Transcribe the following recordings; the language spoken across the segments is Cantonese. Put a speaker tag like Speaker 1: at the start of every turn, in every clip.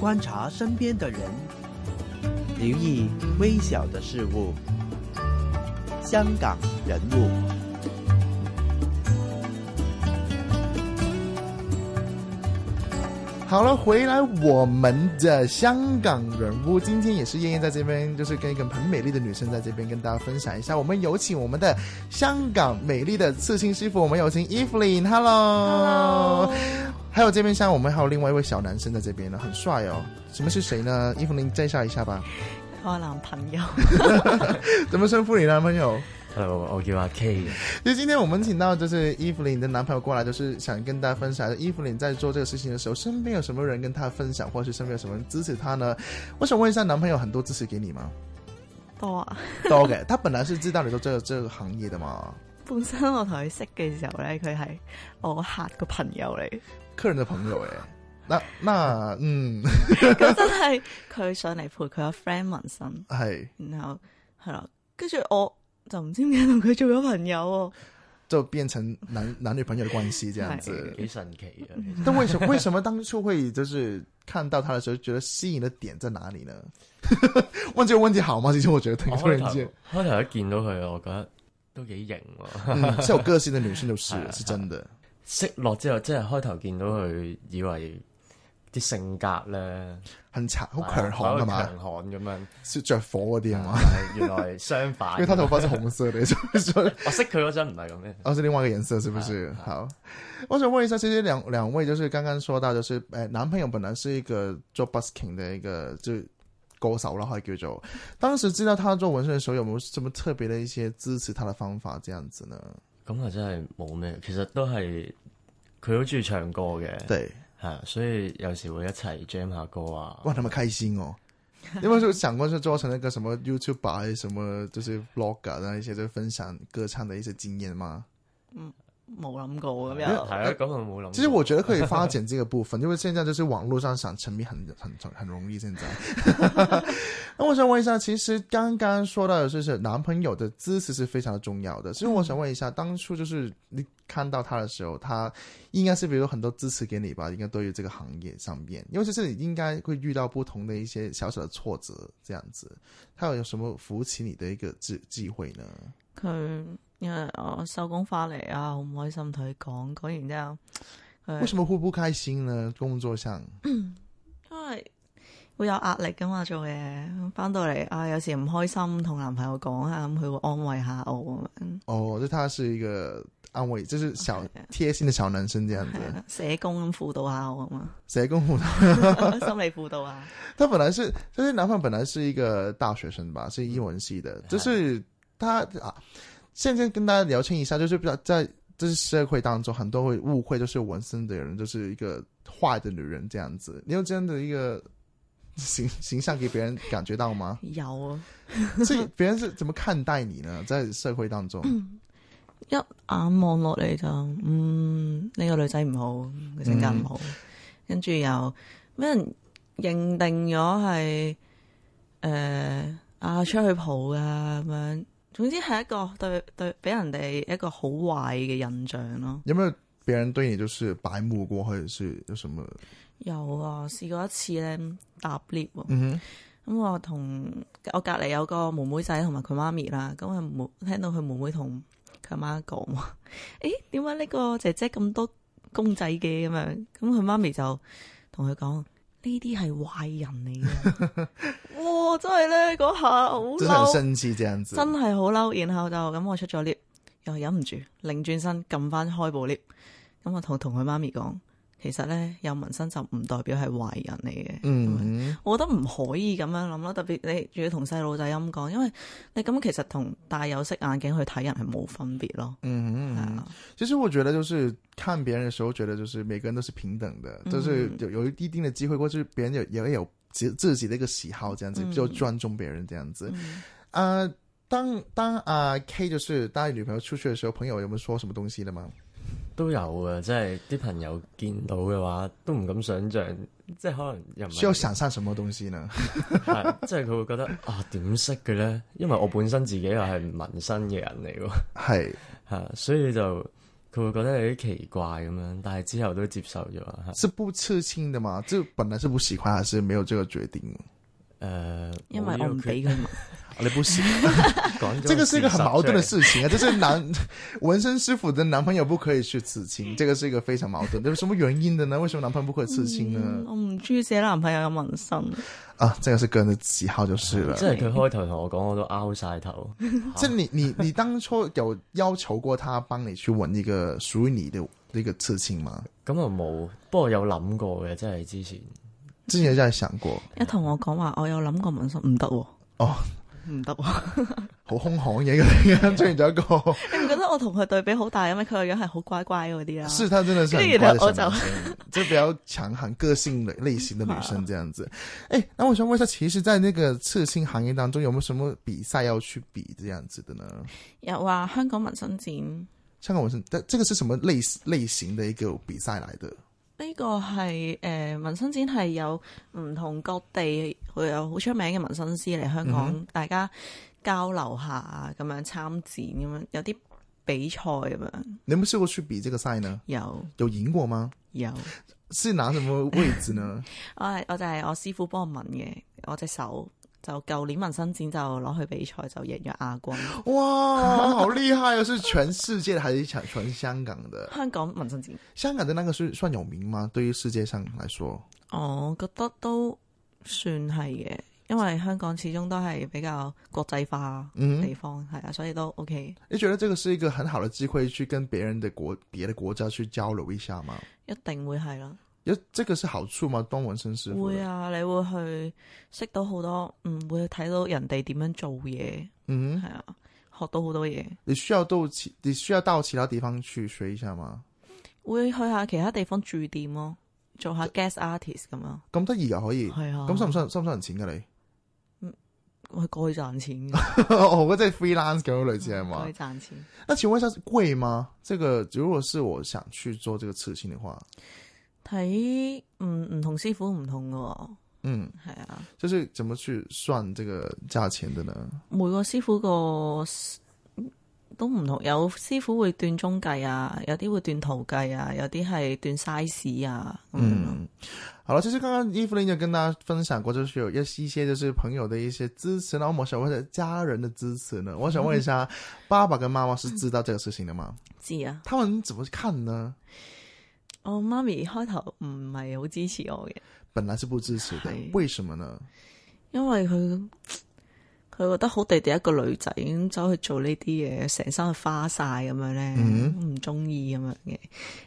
Speaker 1: 观察身边的人，留意微小的事物。香港人物，
Speaker 2: 好了，回来我们的香港人物，今天也是燕燕在这边，就是跟一个很美丽的女生在这边跟大家分享一下。我们有请我们的香港美丽的刺青师傅，我们有请 Evelyn，Hello。还有这边像我们还有另外一位小男生在这边呢，很帅哦。什么是谁呢？伊芙琳介绍一下吧。
Speaker 3: 我男朋友，
Speaker 2: 怎么称呼你男朋友？
Speaker 4: Hello，我呃叫阿 K 嘅。
Speaker 2: 就今天我们请到就是伊芙琳的男朋友过来，就是想跟大家分享，伊芙琳在做这个事情的时候，身边有什么人跟她分享，或是身边有什么人支持她呢？我想问一下，男朋友很多支持给你吗？
Speaker 3: 多啊！
Speaker 2: 都 OK，他本来是知道你做这个这个行业的嘛，
Speaker 3: 本身我同佢識嘅時候咧，佢係我客個朋友 嚟，
Speaker 2: 客人的朋友哎。那那嗯，
Speaker 3: 咁真係佢上嚟陪佢個 friend 紋身，
Speaker 2: 系
Speaker 3: 然後係啦，跟住我就唔知點解同佢做咗朋友
Speaker 2: 就变成男男女朋友的关系这样子。
Speaker 4: 几神奇啊！其 實
Speaker 2: 但为什么为什么当初会就是看到他的时候，觉得吸引的点在哪里呢？ 问这个问题好吗？其实我觉得
Speaker 4: 我
Speaker 2: 突
Speaker 4: 開
Speaker 2: 然
Speaker 4: 頭
Speaker 2: 间，
Speaker 4: 開頭一見到佢，我覺得都幾型 喎。
Speaker 2: 嗯，是有个性的女生 就是了，
Speaker 4: 是
Speaker 2: 是真的。
Speaker 4: 識落之後，即係開頭見到佢，以為啲性格咧
Speaker 2: 很殘好強悍啊
Speaker 4: 好
Speaker 2: 嘛，
Speaker 4: 強悍咁樣，
Speaker 2: 燒着火嗰啲啊嘛，
Speaker 4: 但係原來相反。
Speaker 2: 因為他頭髮是紅色 的，所以所以
Speaker 4: 我識佢嗰陣唔係咁嘅。
Speaker 2: 哦是另外一個顏色，是不是？好，我想問一下，其實兩兩位就是剛剛說到，就是誒、呃男朋友本來是一個做 busking 的一個就是歌手啦，可以叫做。當時知道他做紋身的時候，有冇什麼特別的一些支持他的方法這樣子呢？
Speaker 4: 咁啊，真係冇咩。其實都係佢好中意唱歌嘅，
Speaker 2: 對，
Speaker 4: 係啊所以有時會一齊 jam 下歌啊。
Speaker 2: 哇，那麼開心哦！ 因為就想過是做成那個什麼 YouTube 啊，什麼就是 Vlog 啊，一些就分享歌唱的一些經驗嗎？
Speaker 3: 喎，冇諗過咁
Speaker 4: 係啊
Speaker 3: 樣，，
Speaker 4: 咁我冇諗過。
Speaker 2: 其实我觉得可以发展这个部分， 因为现在就是网络上想沉迷很很很很容易。现在， 那我想问一下，其实刚刚说到的就是男朋友的支持是非常的重要的。所以我想问一下，当初就是你看到他的时候，他应该是比如很多支持给你吧？应该对于这个行业上面，因为就是你应该会遇到不同的一些小小的挫折，这样子，他有什么扶起你的一个机机会呢？
Speaker 3: 佢因為我收工翻嚟啊，好唔開心同佢講，講完之後
Speaker 2: 为
Speaker 3: 佢
Speaker 2: 什么会不开心呢？工作上，
Speaker 3: 因為會有壓力噶嘛做嘢，翻到嚟啊有時唔開心，同男朋友講下，咁佢會安慰下我咁樣。
Speaker 2: 哦，就他是一个安慰，就是小
Speaker 4: 哦
Speaker 2: 贴心的小男生这样 子
Speaker 3: 係。啊社工咁輔導下我啊嘛，
Speaker 2: 谁跟我？
Speaker 3: 心理輔導啊，？
Speaker 2: 他本来是，就是男朋友本来是一个大学生吧，是英文系的，就是他啊，现在跟大家聊清一下，就是比较在就是社会当中，很多会误会，就是纹身的人就是一个坏的女人这样子。你有这样的一个 形形象给别人感觉到吗
Speaker 3: 有啊。
Speaker 2: 所以别人是怎么看待你呢？在社会当中，
Speaker 3: 一眼望落嚟就，嗯，呢、個女仔唔好，佢性格唔好，跟住又俾人認定咗係誒啊出去蒲啊咁樣，總之係一個對對俾人哋一個好壞嘅印象咯。
Speaker 2: 有没有别人对你就是白目过，或者是有什么？
Speaker 3: 有啊，試過一次咧搭 lift 喎。
Speaker 2: 嗯哼。
Speaker 3: 咁我同我隔離有個妹妹仔同埋佢媽咪啦，咁佢妹聽到佢妹妹同佢媽講話， 誒點解呢個姐姐咁多公仔嘅咁樣？咁佢媽咪就同佢講：呢啲係壞人嚟嘅。哇！真係咧，嗰下好
Speaker 2: 就是很
Speaker 3: 嬲，
Speaker 2: 生气这样子，
Speaker 3: 真係好嬲。然後就咁我出咗 lift，又忍唔住，擰轉身撳翻開部 lift，咁我同同佢媽咪講，其實咧有紋身就唔代表係壞人嚟嘅。
Speaker 2: 嗯，
Speaker 3: 我覺得唔可以咁樣諗咯，特別你仲要同細路仔咁講，因為你咁其實同戴有色眼鏡去睇人係冇分別咯。
Speaker 2: 嗯
Speaker 3: 係
Speaker 2: 嗯
Speaker 3: 啊，
Speaker 2: 其实我觉得就是看别人的时候，觉得就是每个人都是平等的，就是有有一定的机会，或是别人有也会有自自己的一个喜好，这样子
Speaker 3: 嗯
Speaker 2: 就尊重别人这样子。啊、当当啊、K 就是带女朋友出去的时候，朋友有没有说什么东西的吗？
Speaker 4: 都有嘅，即係啲朋友見到嘅話，都唔敢想像，即係可能又唔係
Speaker 2: 需要想上什么东西呢？
Speaker 4: 係即係佢會覺得啊點識嘅 咧？因為我本身自己又係唔紋身嘅人嚟喎，
Speaker 2: 系
Speaker 4: 係所以就佢會覺得有啲奇怪咁樣，但係之後都接受咗啦。係
Speaker 2: 是不刺青的吗？就本来是不喜欢，还是没有这个决定？
Speaker 4: 誒，
Speaker 3: 因為
Speaker 4: 冇呢
Speaker 3: 我
Speaker 4: 個
Speaker 3: 唔俾
Speaker 4: 決
Speaker 3: 佢嘛。
Speaker 2: 啊你不喜，
Speaker 4: 講咗
Speaker 2: 这个是一个很
Speaker 4: 事實
Speaker 2: 矛盾的
Speaker 4: 出嚟
Speaker 2: 事情啊！就是男 纹身师傅的男朋友不可以去刺青，这个是一个非常矛盾的。有什么原因的呢？为什么男朋友不可以刺青呢？
Speaker 3: 嗯我唔中意自己男朋友有紋身，
Speaker 2: 啊，这个是个人的喜好就是了
Speaker 4: 即。係佢開頭同我講，我都拗晒頭。
Speaker 2: 这你你你当初有要求过他帮你去纹一个属于你的那个刺青吗？
Speaker 4: 咁啊冇，不過有諗過嘅，即係之前
Speaker 2: 之前有在想過，
Speaker 3: 一同我講話，我有諗過紋身，唔得喎，
Speaker 2: 哦，
Speaker 3: 唔得喎。
Speaker 2: 好空巷 嘅一個人，出現咗一個，
Speaker 3: 你唔覺得我同佢對比好大，因為佢個樣係好乖乖嗰啲啦。啊
Speaker 2: 是她真的是
Speaker 3: 跟
Speaker 2: 很
Speaker 3: 住
Speaker 2: 乖
Speaker 3: 然
Speaker 2: 的
Speaker 3: 後
Speaker 2: 小
Speaker 3: 我就
Speaker 2: 男生， 就比較強悍個性的类型的女生这样子。哎、那我想问一下，其实，在那个刺青行业当中，有没有什么比賽要去比这样子的呢？
Speaker 3: 又話香港紋身展呢
Speaker 2: 香港纹身，但这个是什么类类型的一个比賽来的？
Speaker 3: 個係誒紋呃身展係有唔同各地佢有好出名嘅紋身師嚟香港，大家交流下咁樣參展咁樣，有啲比賽咁樣
Speaker 2: 你有没有試過去比這個賽呢？
Speaker 3: 有
Speaker 2: 有贏過嗎？
Speaker 3: 有。
Speaker 2: 是拿什麼位置呢？
Speaker 3: 我係我就係我師傅幫我紋嘅，我隻手就舊年紋身展就攞去比賽就贏咗亞 軍。
Speaker 2: 哇， 好厲害哦！是全世界的還是全全香港的？
Speaker 3: 香港紋身展，
Speaker 2: 香港的那个是算有名嗎？對於世界上來說？
Speaker 3: 我覺哦得都算係嘅，因為香港始終都係比較國際化
Speaker 2: 嗯
Speaker 3: 地方，係啊、所以都 OK，
Speaker 2: 你觉得这个是一个很好的机会去跟别人的国、别的国家去交流一下吗？
Speaker 3: 一定會係啦。
Speaker 2: 有这个是好处吗？当纹身师傅的
Speaker 3: 會，啊，你會去識到好多，嗯，會睇到人哋點樣做嘢，
Speaker 2: 嗯哼，
Speaker 3: 係啊，學到好多嘢。
Speaker 2: 你需要到其你需要到其他地方去学一下吗？
Speaker 3: 會去下其他地方駐店咯，做下 guest artist 咁樣。
Speaker 2: 咁得意又可以，
Speaker 3: 係啊，
Speaker 2: 咁收唔收收唔收人钱噶你？
Speaker 3: 我係過去賺錢嘅，
Speaker 2: 我即系 freelance 咁樣類似係
Speaker 3: 過
Speaker 2: 嘛
Speaker 3: 去？賺錢。
Speaker 2: 那请问一下是贵吗？这个如果是我想去做这个刺青的话，
Speaker 3: 睇唔唔同師傅唔同嘅喎、
Speaker 2: 嗯，
Speaker 3: 係啊，
Speaker 2: 就是怎么去算这个价钱的呢？
Speaker 3: 每個師傅個 s- 都唔同，有師傅會斷中計啊，有啲會斷圖計啊，有啲係斷 size 啊咁樣咯。
Speaker 2: 嗯，好了，其实刚刚伊芙琳就跟大家分享过，就是有一些一些就是朋友的一些支持，那我们想问一下家人的支持 呢？我想问一下，爸爸跟妈妈是知道这个事情的吗？
Speaker 3: 知啊，
Speaker 2: 他们怎么看呢？
Speaker 3: 我媽咪開頭唔係好支持我嘅，
Speaker 2: 本来是不支持的
Speaker 3: 是，
Speaker 2: 为什么呢？
Speaker 3: 因為佢佢覺得好地地一個女仔咁走去做呢啲嘢，成身去花晒咁樣咧，唔中意咁樣嘅。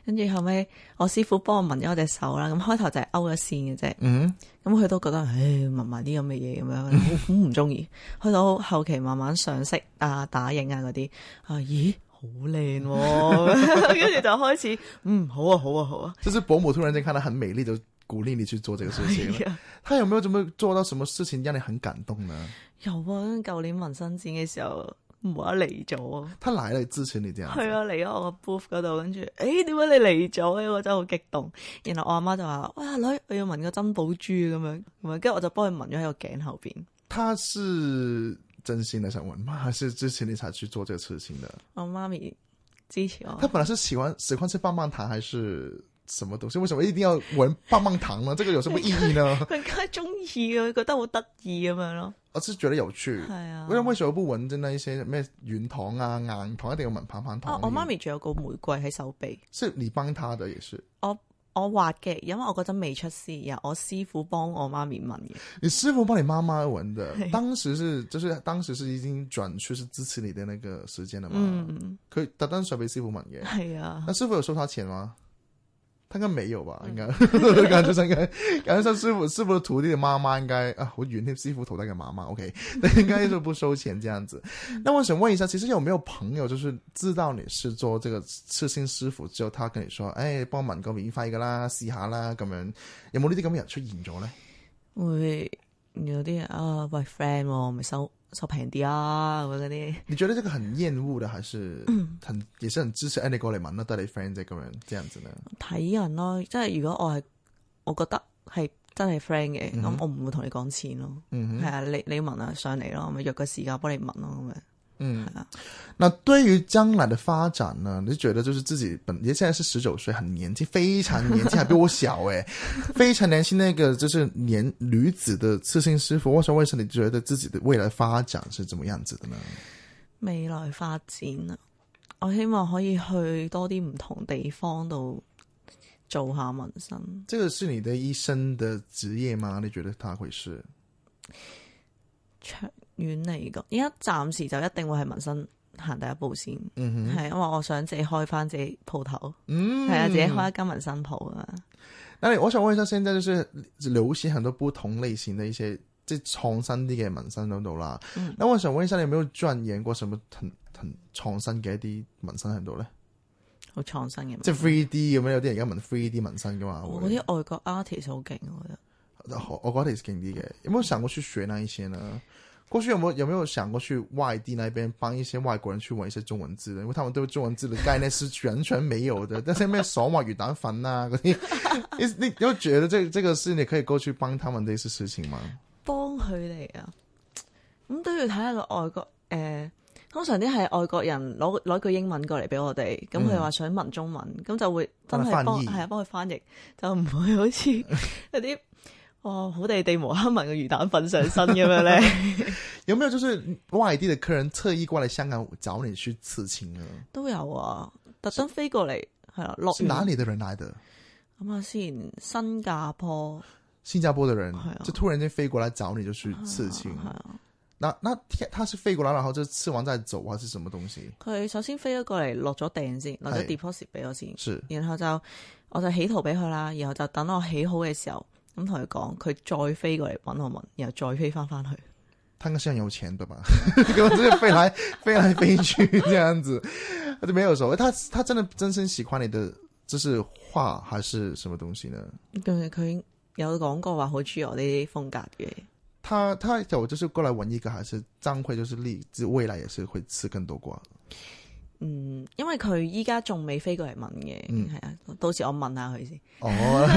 Speaker 3: 跟住後尾，我師傅幫我紋咗我隻手啦，咁開頭就係勾咗線嘅啫。
Speaker 2: 嗯，
Speaker 3: 咁佢都覺得，唉，問埋啲咁嘅嘢咁 樣，好好唔中意。去到後期慢慢上色啊、打影啊嗰啲，啊，咦，好靚喎！ 跟住就開始，嗯，好啊，好啊，好啊。
Speaker 2: 就是伯母突然间看到很美丽，就鼓励你去做这个事 情
Speaker 3: 係
Speaker 2: 了。
Speaker 3: 啊
Speaker 2: 他有没有怎么做到什么事情让你很感动呢？
Speaker 3: 有啊，舊年紋身展嘅時候，冇得嚟咗。
Speaker 2: 他来了支持你这样子
Speaker 3: 係，啊，嚟咗我個 booth 嗰度，跟住，诶，點解你嚟咗嘅？我真係好激動。然後我阿媽就話：，哇，女，我要紋個珍寶珠咁樣，咁樣，跟住我就幫佢紋咗喺個頸後邊。
Speaker 2: 他是真心的想问吗？还是支持你才去做这个事情的？
Speaker 3: 我媽咪支持
Speaker 2: 他
Speaker 3: 我，？
Speaker 2: 本来是喜欢喜欢吃棒棒糖还是什么东西？为什么一定要闻棒棒糖呢？这个有什么意义呢
Speaker 3: 佢梗係中意啊，佢覺得好得意咁樣咯。
Speaker 2: 我是觉得有趣。
Speaker 3: 係啊
Speaker 2: 为。什么为什么不闻真的一些咩软糖啊、硬糖，一定要闻棒棒糖
Speaker 3: 啊
Speaker 2: 呢？！
Speaker 3: 我媽咪仲有個玫瑰喺手臂，
Speaker 2: 是你幫他的，也是
Speaker 3: 我我畫嘅，因為我嗰陣未出師，然後我師傅幫我媽咪紋嘅，
Speaker 2: 你师傅帮你妈妈闻的。当时是就是当时是已经转去是支持你的那个时间了嘛？
Speaker 3: 嗯，
Speaker 2: 佢特登想俾师傅闻嘅，
Speaker 3: 係啊
Speaker 2: 那，师傅有收他钱吗？他应该没有吧？应该 感觉上应该感觉上师傅师傅的徒弟的妈妈应该啊，我原贴师傅头那个妈妈，OK，那应该就不收钱这样子。那我想问一下，其实有没有朋友就是知道你是做这个刺青师傅之后，他跟你说，诶、哎，帮我纹个免费噶啦，试下啦咁樣，有冇呢啲咁嘅人出現咗咧？
Speaker 3: 會有啲人啊，喂 friend 喎咪收收平啲啊咁樣嗰啲，
Speaker 2: 你覺得這個很厭惡的，還是很也是很支持？诶、哎你過嚟紋啦，得你 friend 啫咁樣，這樣子呢？
Speaker 3: 睇人咯，即係如果我係我覺得係真係 friend 嘅，咁、我唔會同你講錢咯，係、
Speaker 2: 嗯哼。
Speaker 3: 啊，你你紋啊上嚟咯，咪約個時間幫你紋咯咁樣，
Speaker 2: 嗯
Speaker 3: 啊，
Speaker 2: 那对于将来的发展呢？你觉得就是自己本，也现在是十九岁，很年轻，非常年轻，还比我小诶，非常年轻。那个就是年女子的刺青师傅，我想问一下，你觉得自己的未来发展是怎么样子的呢？
Speaker 3: 未來發展啊，我希望可以去多啲唔同地方度做下紋身。
Speaker 2: 这个是你的一生的职业吗？你覺得它會是？
Speaker 3: 長遠嚟講，而家暫時就一定會係紋身行第一步先，係、
Speaker 2: 嗯哼，
Speaker 3: 因為我想自己開翻自己鋪頭，
Speaker 2: 嗯，
Speaker 3: 係啊、自己開一間紋身鋪啊。
Speaker 2: 那你我想问一下，现在就是流行很多不同类型的一些即系创新啲嘅纹身嗰度啦。
Speaker 3: 嗯
Speaker 2: 那我想问一下，你有没有钻研过什么很很创新嘅一啲纹身喺度咧？
Speaker 3: 好創新嘅紋
Speaker 2: 即
Speaker 3: 身，
Speaker 2: 系 three D 咁样，有啲人而家紋 three D 紋身噶嘛？
Speaker 3: 我嗰啲外國 artist 好勁，我覺得。
Speaker 2: 我我嗰啲勁啲嘅，有冇想过去学那一些呢？过去有冇有没有想过去外地那边帮一些外国人去纹一些中文字的？因为他们对中文字的概念是完全没有的。但是咩爽滑鱼蛋粉啊嗰啲，你你有觉得这这个是你可以过去帮他们的一些事情吗？
Speaker 3: 幫佢哋啊，咁都要睇下個外國誒、呃通常啲係外國人攞攞句英文過嚟俾我哋，咁佢話想問中文，咁、就會真
Speaker 2: 嗯幫佢
Speaker 3: 係
Speaker 2: 翻
Speaker 3: 幫
Speaker 2: 譯
Speaker 3: 係啊幫佢翻譯，就唔會 好似有啲哦好地地無黑文嘅魚蛋粉上身咁 樣咧，
Speaker 2: 有没有就是外地的客人特意过来香港找你去刺青呢？
Speaker 3: 都有啊，特登飛過嚟係啦，落
Speaker 2: 是哪
Speaker 3: 完
Speaker 2: 里的人来的？
Speaker 3: 咁啊先新加坡
Speaker 2: 新加坡的人
Speaker 3: 哎呀哎
Speaker 2: 就突然间飞过来找你就去刺青，
Speaker 3: 係啊，
Speaker 2: 那那天他是飞过来，然后就刺完再走啊还是什么东西？
Speaker 3: 佢首先飛咗過嚟落咗訂先，落咗
Speaker 2: 係
Speaker 3: deposit 俾我先。
Speaker 2: 是
Speaker 3: 然後就我就起圖俾佢啦，然後就等我起好嘅時候，咁同佢講，佢再飛過嚟揾我問，然後再飛翻翻去。
Speaker 2: 他应该是很有钱对吧？ 根本就是飞来飞来飞去这样子，他就没有所谓。他他真的真心喜欢你的，就是画还是什么东西呢？
Speaker 3: 佢佢有講過話好中意我呢啲風格嘅，
Speaker 2: 他他有就是过来纹一个，还是张会就是立志未来也是会刺更多挂。
Speaker 3: 嗯，因為佢依家仲未飛過嚟問嘅，係、
Speaker 2: 嗯
Speaker 3: 啊，到時我問下佢先。
Speaker 2: 哦，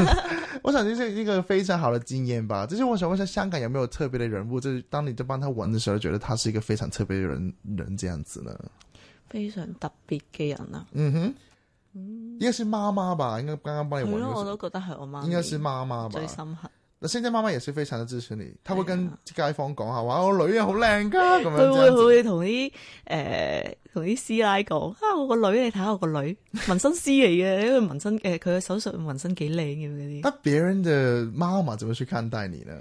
Speaker 2: 我想这是一个非常好的经验吧。就是我想问一下，香港有没有特别的人物？就是当你在帮他纹的时候，觉得他是一个非常特别的人人这样子呢？
Speaker 3: 非常特別嘅人啊，
Speaker 2: 嗯哼，应该是妈妈吧？应该刚刚帮你
Speaker 3: 係
Speaker 2: 纹
Speaker 3: 咯，
Speaker 2: 嗯的
Speaker 3: 我
Speaker 2: 时候，
Speaker 3: 都覺得係我媽咪
Speaker 2: 应该是妈妈吧
Speaker 3: 最？深刻。
Speaker 2: 那现在妈妈也是非常的支持你，她会
Speaker 3: 哎
Speaker 2: 跟
Speaker 3: 呀
Speaker 2: 街坊讲下话，我女啊好靓 噶咁样
Speaker 3: 佢
Speaker 2: 这
Speaker 3: 會
Speaker 2: 样子。
Speaker 3: 會同啲誒同啲師奶講啊，我個女你睇下我個女紋身師嚟嘅，因為紋身誒佢嘅手術紋身幾靚嘅嗰啲。
Speaker 2: 那别人的妈妈怎么去看待你呢？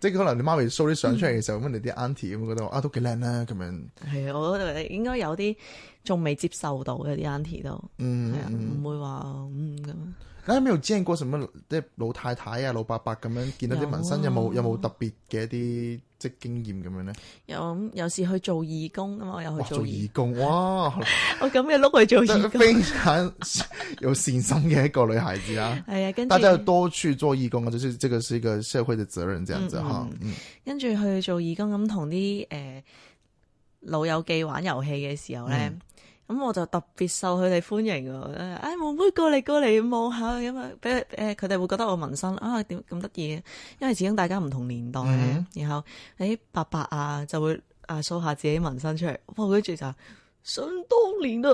Speaker 2: 即系可能你妈咪 show 啲相出嚟嘅时候，咁你啲 auntie 咁覺得啊都幾靚啦咁样。
Speaker 3: 係啊，我覺得應該有啲仲未接受到嘅啲 auntie 都
Speaker 2: 嗯
Speaker 3: 係啊，唔會話嗯咁樣。
Speaker 2: 你有冇見過什麼即係老太太啊、老伯伯咁樣見到啲紋身，有
Speaker 3: 有啊
Speaker 2: 冇有冇特別嘅一啲即係經驗咁樣咧？
Speaker 3: 有咁有時去做義工咁，我有
Speaker 2: 哇，
Speaker 3: 去做
Speaker 2: 做
Speaker 3: 義，
Speaker 2: 義工哇，
Speaker 3: 我咁嘅碌去做
Speaker 2: 真係
Speaker 3: 義工。
Speaker 2: 非常有善心嘅一個女孩子啊！
Speaker 3: 係啊，跟
Speaker 2: 大家要
Speaker 3: 住
Speaker 2: 多去做義工啊，就是這個是一個社會的責任，這樣子哈。嗯
Speaker 3: 跟住去做義工咁，同啲誒老友記玩遊戲嘅時候咧，
Speaker 2: 嗯
Speaker 3: 咁我就特別受佢哋歡迎喎。唉，妹妹過嚟過嚟望下咁啊，俾佢誒佢哋會覺得我紋身啊點咁得意嘅，因為始終大家唔同年代咧
Speaker 2: 嗯，
Speaker 3: 然後誒伯伯啊就會啊 show 下自己紋身出嚟，哇跟住就話想當 年啊，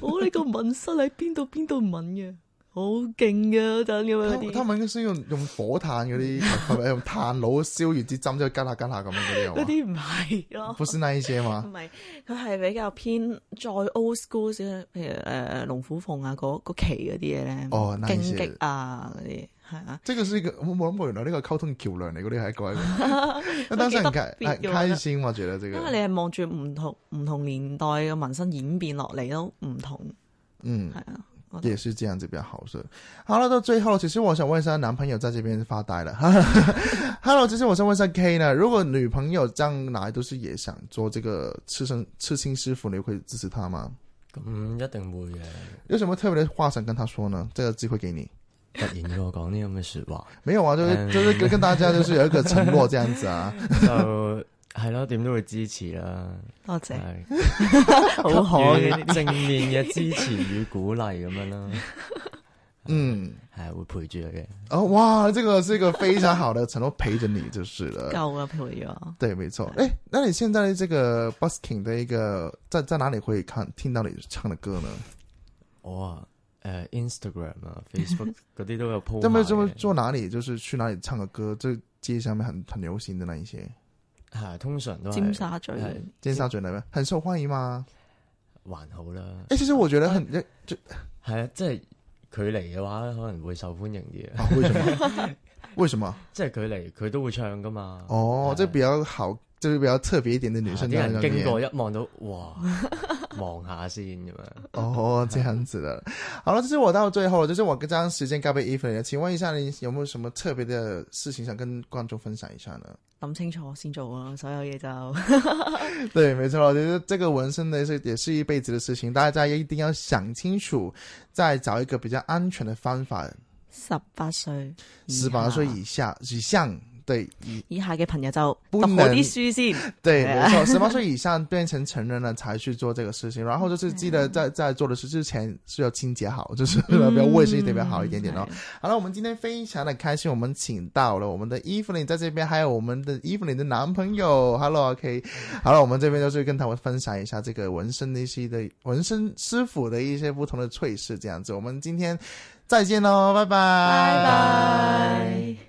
Speaker 3: 我呢個紋身喺邊度邊度紋嘅，好勁嘅嗰陣咁樣嗰
Speaker 2: 他他
Speaker 3: 啲。
Speaker 2: 們應該先用用火炭嗰啲，係咪用炭爐燒完支針之後吉下吉下咁樣嗰啲
Speaker 3: 嗰
Speaker 2: 係
Speaker 3: 啲唔係哦咯
Speaker 2: 嘛？，不是那一些嘛？
Speaker 3: 唔係，佢係比較偏再 old school 少少，譬如誒、呃、龍虎鳳啊，嗰嗰期嗰啲嘢咧，
Speaker 2: 哦那一
Speaker 3: 荊
Speaker 2: 些
Speaker 3: 棘啊嗰啲，係啊，
Speaker 2: 这个是一个我冇谂过，原来呢个沟通桥梁嚟，嗰啲系一个。 那当时很开
Speaker 3: 都幾特別嘅
Speaker 2: 开心，我觉得这
Speaker 3: 因
Speaker 2: 个，
Speaker 3: 為你係望住唔同唔同年代嘅紋身演變落嚟都唔同，
Speaker 2: 嗯
Speaker 3: 係，啊，我覺
Speaker 2: 也
Speaker 3: 得
Speaker 2: 是这样子比较好。是，好了，到最后，其实我想问一下，男朋友在这边发呆了。Hello，其实我想问一下 K 呢，如果女朋友将来都是也想做这个刺身刺青师傅，你会支持她吗？
Speaker 4: 咁一定會嘅。
Speaker 2: 有什么特别的话想跟她说呢？这个机會给你。
Speaker 4: 突然要我講呢咁嘅说話，
Speaker 2: 没有啊，就是
Speaker 4: 嗯
Speaker 2: 就是跟跟大家就是有一个承诺这样子啊。
Speaker 4: 就係咯，點都會支持啦。
Speaker 3: 多謝，
Speaker 2: 啊
Speaker 4: 係
Speaker 3: 好可嘅呢啲。啊
Speaker 4: 正面嘅支持與鼓勵咁樣啦。
Speaker 2: 嗯，
Speaker 4: 係會陪住佢嘅。
Speaker 2: 哦，哇，这个是一个非常好的承诺，陪着你就是了。
Speaker 3: 够啦，陪咗。
Speaker 2: 对，没错。哎，那你现在这个 busking 的一个在在哪里会看听到你唱的歌呢？
Speaker 4: 我啊，誒、Instagram 啊、Facebook 嗰啲都有 po
Speaker 2: 在没
Speaker 4: 埋嘅
Speaker 2: 这么做哪里就是去哪里唱个歌，就街上面很很流行的那一些，
Speaker 4: 係通常都係
Speaker 3: 尖沙咀
Speaker 4: 係
Speaker 2: 尖沙咀那边很受欢迎吗？
Speaker 4: 還好啦。
Speaker 2: 哎，其实我觉得很
Speaker 4: 係啊，即係距離嘅話，可能會受歡迎啲
Speaker 2: 啊，
Speaker 4: 啊。
Speaker 2: 为什么？ 为什么？
Speaker 4: 即係距離佢都會唱噶嘛。
Speaker 2: 哦，啊
Speaker 4: 係
Speaker 2: 这比较好，就是比较特别一点的女生
Speaker 4: 啲
Speaker 2: 这样
Speaker 4: 人經
Speaker 2: 嘅
Speaker 4: 過一望到，哇，望下先咁樣。
Speaker 2: 哦，这样子的。好了，这是我到最后了，就是我将时间交给 Evelyn 了。请问一下，你有没有什么特别的事情想跟观众分享一下 呢？
Speaker 3: 諗清楚先做啊，所有嘢就。
Speaker 2: 对，没错，就是这个纹身的是也是一辈子的事情，大家一定要想清楚，再找一个比较安全的方法。
Speaker 3: 十八歲，
Speaker 2: 十八岁以下以上，对， 以
Speaker 3: 以下嘅朋友就
Speaker 2: 不
Speaker 3: 讀
Speaker 2: 能
Speaker 3: 好啲書先。
Speaker 2: 对，
Speaker 3: 对
Speaker 2: 没错，十八岁以上变成成人了才去做这个事情，然后就是记得在在做的事之前是要清洁好，就是要不要卫生得比较好一点点哦。 好了，我们今天非常的开心，我们请到了我们的伊芙琳在这边，还有我们的伊芙琳的男朋友，Hello OK。好了，我们这边就是跟他们分享一下这个纹身的一些的纹身师傅的一些不同的趣事，这样子。我们今天再见喽，拜拜，
Speaker 3: 嗯拜拜。